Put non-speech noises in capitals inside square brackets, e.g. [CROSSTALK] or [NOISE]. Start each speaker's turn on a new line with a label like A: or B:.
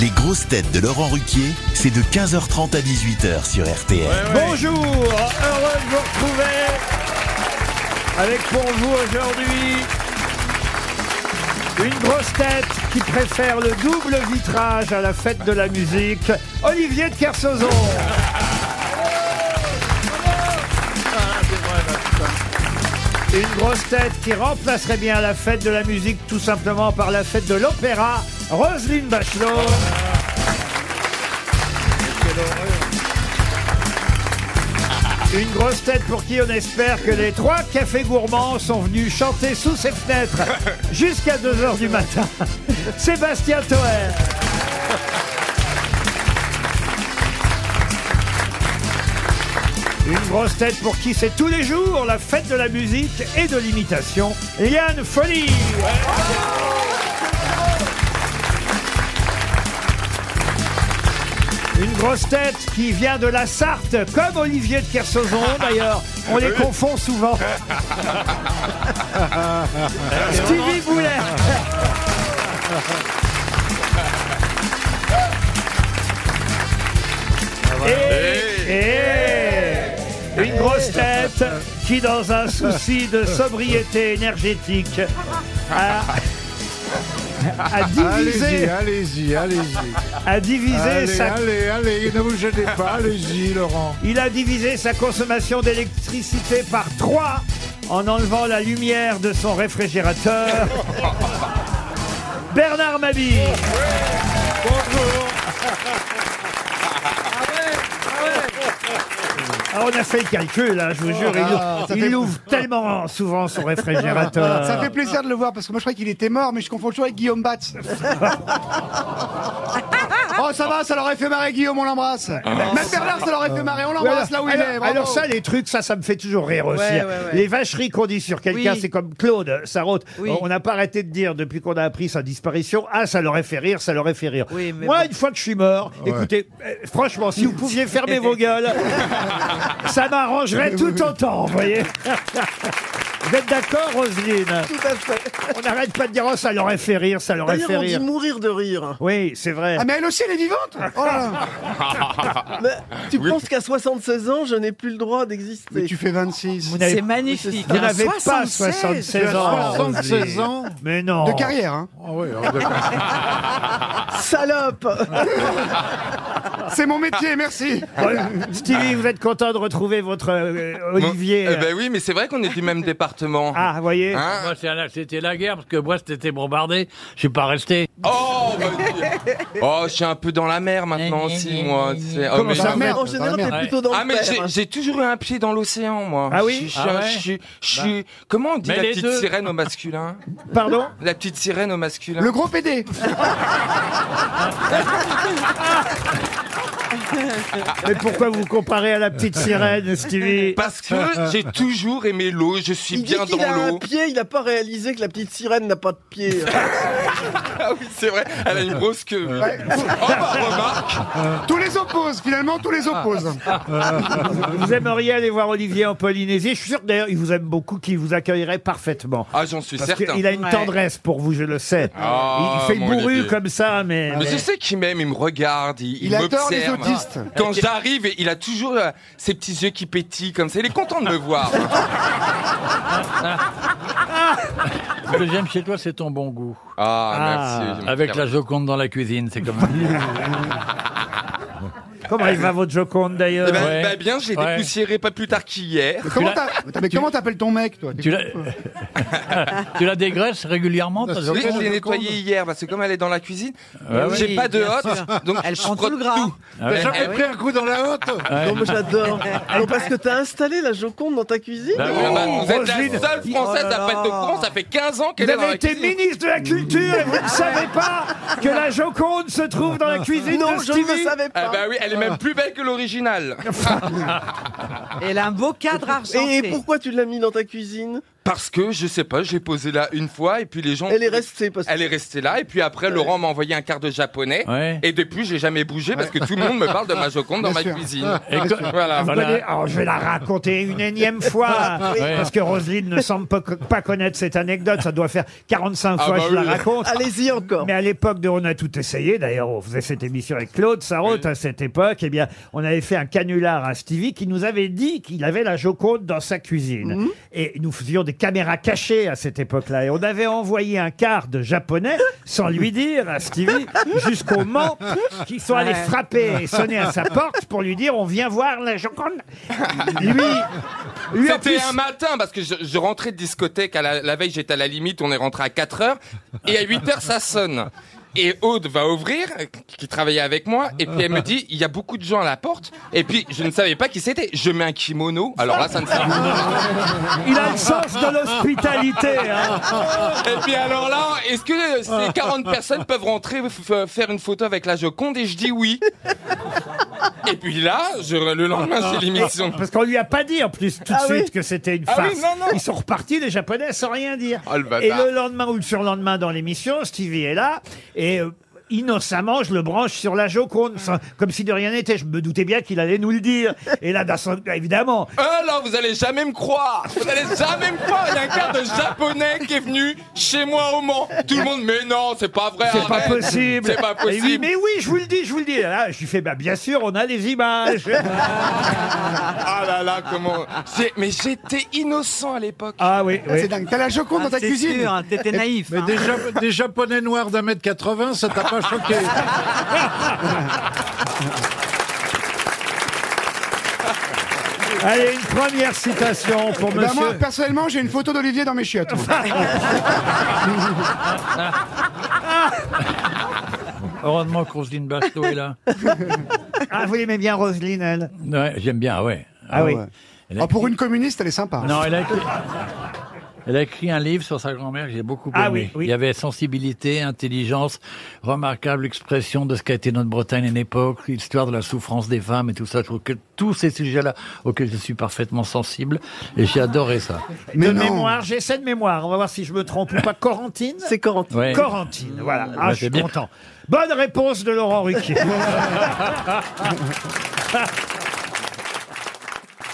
A: Les grosses têtes de Laurent Ruquier, c'est de 15h30 à 18h sur RTL.
B: Bonjour, heureux de vous retrouver avec pour vous aujourd'hui une grosse tête qui préfère le double vitrage à la fête de la musique, Olivier de Kersauzon. Une grosse tête qui remplacerait bien la fête de la musique tout simplement par la fête de l'opéra, Roselyne Bachelot. Une grosse tête pour qui on espère que les trois cafés gourmands sont venus chanter sous ses fenêtres jusqu'à 2h du matin. Sébastien Toer. Une grosse tête pour qui c'est tous les jours la fête de la musique et de l'imitation, Yann Folie. Une grosse tête qui vient de la Sarthe, comme Olivier de
C: [LAUGHS]
B: Kersauzon d'ailleurs. On les confond souvent. Stevie Boulet.
C: Ah,
B: Et- et une grosse tête qui, dans un souci de sobriété énergétique, a, a
C: Allez-y,
B: divisé,
C: allez-y, allez-y.
B: a divisé
C: Allez,
B: sa
C: allez, allez, ne vous gênez [LAUGHS] pas, allez-y, Laurent.
B: Il a divisé sa consommation d'électricité par 3 en enlevant la lumière de son
D: [LAUGHS]
B: réfrigérateur. Bernard Mabille. Bonjour. Ah, on a fait le calcul, hein, je
D: Oh
B: vous jure. il- il
D: [LAUGHS]
B: ouvre tellement souvent son réfrigérateur.
D: Ça fait plaisir de le voir parce que moi je croyais qu'il était mort, mais je confonds toujours avec Guillaume Batz. oh, ça va, ça l'aurait fait marrer, Guillaume, on l'embrasse. Même Bernard, ça l'aurait fait marrer, on l'embrasse là où
B: alors,
D: il est.
B: alors,
D: bravo.
B: alors ça, les trucs, ça, ça me fait toujours rire aussi. hein.
E: Ouais, ouais, ouais.
B: Les vacheries qu'on dit sur quelqu'un,
E: Oui.
B: c'est comme Claude Sarraute.
E: Oui.
B: On n'a pas arrêté de dire depuis qu'on a appris sa disparition, ah, ça leur a fait rire, ça leur a fait rire.
E: Oui, mais
B: Moi,
E: bon.
B: une fois que je suis mort, écoutez, euh, franchement, si vous pouviez fermer vos
F: [LAUGHS]
B: gueules, ça m'arrangerait tout autant, vous voyez. Vous êtes d'accord, Roselyne
G: Tout à fait.
B: On n'arrête pas de dire, oh, ça leur a fait rire, ça leur a
G: D'ailleurs,
B: fait
G: on dit
B: rire.
G: mourir de rire.
B: Oui, c'est vrai.
D: Ah, mais elle aussi, elle est vivante Oh là là.
F: Ah.
G: Mais tu penses qu'à 76 ans, je n'ai plus le droit
D: Mais
G: d'exister.
D: tu fais 26.
B: Vous n'avez-
E: C'est magnifique.
B: vous
E: hein.
B: n'avez pas
E: 76.
B: 76 ans.
C: 76 ans
B: Mais non.
D: De carrière, hein.
C: Ah oui, alors, d'accord.
G: Salope
F: Ah,
D: C'est mon métier, merci.
B: Voilà. Stevie, vous êtes content de retrouver votre euh, Olivier.
F: Eh
B: euh,
F: ben oui, mais c'est vrai qu'on est du même département.
B: Ah, vous voyez
F: Hein
H: Moi, c'est la- c'était la guerre, parce que moi, c'était bombardé. Je suis pas resté.
F: oh, vas-y. oh, je suis un peu dans la mer maintenant aussi, moi. tu sais. Oh,
B: Comment
F: mais-
B: ça,
D: merde,
G: En
D: ça va
G: général, t'es
H: bien.
G: plutôt dans
F: Ah,
G: le
F: mais
G: père. hein.
F: j'ai- j'ai toujours eu un pied dans l'océan, moi.
B: Ah oui
F: Je suis-
H: Ah ouais
F: je suis- je suis- Comment on dit
H: Mais
F: la
H: les
F: petite
H: deux.
F: sirène au masculin
B: Pardon
F: La petite sirène au masculin.
D: Le gros PD.
B: Mais pourquoi vous comparez à la petite sirène, Stevie
F: [LAUGHS] Parce que j'ai toujours aimé l'eau, je suis
G: Il dit
F: bien
G: qu'il
F: dans
G: a un
F: l'eau.
G: pied, il n'a pas réalisé que la petite sirène n'a pas de
B: [LAUGHS]
G: pied.
F: Ah oui, c'est vrai, elle a une grosse queue. Oh, bah, remarque
D: Tous les opposent, finalement, tous les opposent.
B: Vous aimeriez aller voir Olivier en Polynésie Je suis sûr que d'ailleurs, il vous aime beaucoup, qu'il vous accueillerait parfaitement.
F: Ah, j'en suis
B: Parce
F: certain.
B: qu'il a une
E: Ouais.
B: tendresse pour vous, je le sais.
F: Ah,
B: il fait
F: mon
B: bourru
F: Olivier.
B: comme ça, mais...
F: Mais je sais qu'il m'aime, il me regarde, il,
D: Il adore
F: m'observe. Hein.
D: les autistes.
F: Quand j'arrive, il a toujours euh, ses petits yeux qui pétillent comme ça. Il est content de
D: [LAUGHS]
F: me voir.
H: Ce que j'aime chez toi, c'est ton bon goût.
F: Ah,
B: Ah.
F: merci.
H: Avec la Joconde dans la cuisine, c'est comme
B: Comment il va votre Joconde d'ailleurs
F: Eh ben,
H: Ouais.
F: bah bien, je l'ai
H: Ouais.
F: dépoussiéré pas plus tard qu'hier.
D: Comment
H: l'as-
D: t'as- mais comment t'appelles ton mec, toi
H: tu la... tu la [LAUGHS] dégraisses régulièrement, ta
F: Oui, je
H: Joconde
F: l'ai nettoyé hier parce que comme elle est dans la cuisine,
H: Ouais,
F: j'ai
E: oui,
F: pas de
E: bien
F: hotte,
E: sûr.
F: donc
E: Elle
F: je
E: prend tout
F: frotte
E: le gras.
H: Ah ouais.
C: T'as jamais pris un coup dans la haute
H: Ouais.
G: Non, mais
F: [LAUGHS]
G: j'adore. Non, parce que t'as installé la Joconde dans ta cuisine.
H: Bah
F: Ah bah, vous êtes
B: Roselyne.
F: la seule française
E: Oh là
F: à pas être
E: là.
F: au courant, ça fait 15 ans qu'elle
B: Vous
F: est dans la
B: avez été
F: cuisine.
B: ministre de la Culture et vous ne savez pas que la Joconde se trouve dans la cuisine
G: Non,
B: de
G: je ne
B: Stevie
G: le savais
F: Ah
G: pas.
F: bah oui, elle est même plus belle que l'original.
E: Elle a un beau cadre
G: Et
E: argenté.
G: pourquoi tu l'as mis dans ta cuisine
F: Parce que, je sais pas, j'ai posé là une fois et puis les gens...
G: Elle est restée parce que.
F: Elle est restée là et puis après Laurent m'a envoyé un quart de japonais
H: Ouais.
F: et depuis j'ai jamais bougé parce que tout le monde me parle de ma Joconde dans ma cuisine.
H: Et que-
F: Voilà. Ah,
B: Vous
H: Voilà.
B: connaissez- alors, je vais la raconter une énième fois,
H: Ouais.
B: parce que Roselyne ne semble pas, pas connaître cette anecdote. Ça doit faire 45
F: Ah
B: fois que
F: bah
B: je
F: oui.
B: la raconte.
G: Allez-y encore.
B: Mais à l'époque de On a tout essayé, d'ailleurs, on faisait cette émission avec Claude Sarraute à cette époque, eh bien, on avait fait un canular à Stevie qui nous avait dit qu'il avait la Joconde dans sa cuisine. Et nous faisions des caméras cachées à cette époque-là. Et on avait envoyé un quart de japonais, sans lui dire, à Stevie, jusqu'au Mans, qui sont allés frapper et sonner à sa porte pour lui dire on vient voir la Joconde. Lui, lui en
F: C'était
B: plus,
F: un matin parce que je, je rentrais de discothèque à la, la veille, j'étais à la limite, on est rentré à 4 heures et à 8 heures ça sonne. Et Aude va ouvrir, qui travaillait avec moi, et puis elle me dit il y a beaucoup de gens à la porte. Et puis je ne savais pas qui c'était. Je mets un kimono. Alors là, ça ne sert. à rien.
B: il a le sens de l'hospitalité. hein.
F: Et puis alors là, est-ce que
B: Ah.
F: ces 40 personnes peuvent rentrer f- f- faire une photo avec la Joconde Et je dis oui. Et puis là, je, le lendemain, c'est l'émission.
B: Parce qu'on lui a pas dit en plus tout de
G: Ah
B: suite
G: oui.
B: que c'était une
F: Ah
B: farce.
F: oui, non, non.
B: Ils sont repartis les Japonais sans rien dire.
F: Oh, le bâtard.
B: et le lendemain ou le surlendemain dans l'émission, Stevie est là et euh, innocemment je le branche sur la Joconde sans- comme si de rien n'était. Je me doutais bien qu'il allait nous le dire. Et là, d'un seul- évidemment,
F: Alors, vous allez jamais me croire Vous allez jamais me croire Il y a un quart de japonais qui est venu chez moi au Mans. Tout le monde, mais non, c'est pas vrai.
B: c'est pas
F: arrête.
B: possible.
F: C'est pas
B: Et oui,
F: possible.
B: mais oui, je vous le dis, je vous le dis. Et Là, je lui fais, bah, bien sûr, on a les images.
F: Ah là là, comment C'est- Mais j'étais innocent à l'époque.
B: ah oui, oui.
D: C'est dingue. T'as la Joconde dans ta cuisine. Eh
E: t'étais naïf.
C: Mais des, Jap- des Japonais noirs d'un mètre 80, ça t'a pas choqué.
B: Allez, une première citation pour
D: Eh ben, moi,
B: monsieur.
D: personnellement, j'ai une photo d'Olivier dans mes chiottes.
H: Heureusement que Roselyne Bachelot est là.
B: Ah, vous l'aimez bien, Roselyne, elle
H: Ouais, J'aime bien, ah ouais.
B: Ah oui.
D: Ah, pour une communiste, elle est sympa.
H: Non, elle a écrit... Elle a écrit un livre sur sa grand-mère que j'ai beaucoup aimé.
B: Ah oui, oui.
H: Il y avait sensibilité, intelligence, remarquable expression de ce qu'a été notre Bretagne à une époque, histoire de la souffrance des femmes et tout ça. Je trouve que tous ces sujets-là auxquels je suis parfaitement sensible et j'ai adoré ça.
D: Mais
B: de
D: non.
B: mémoire, j'essaie de mémoire. On va voir si je me trompe ou pas. Corentine
G: C'est Corentine.
H: Ouais.
B: Corentine, voilà. Ah,
H: Ouais,
B: je suis
H: c'est bien.
B: content. Bonne réponse de Laurent Ruquier.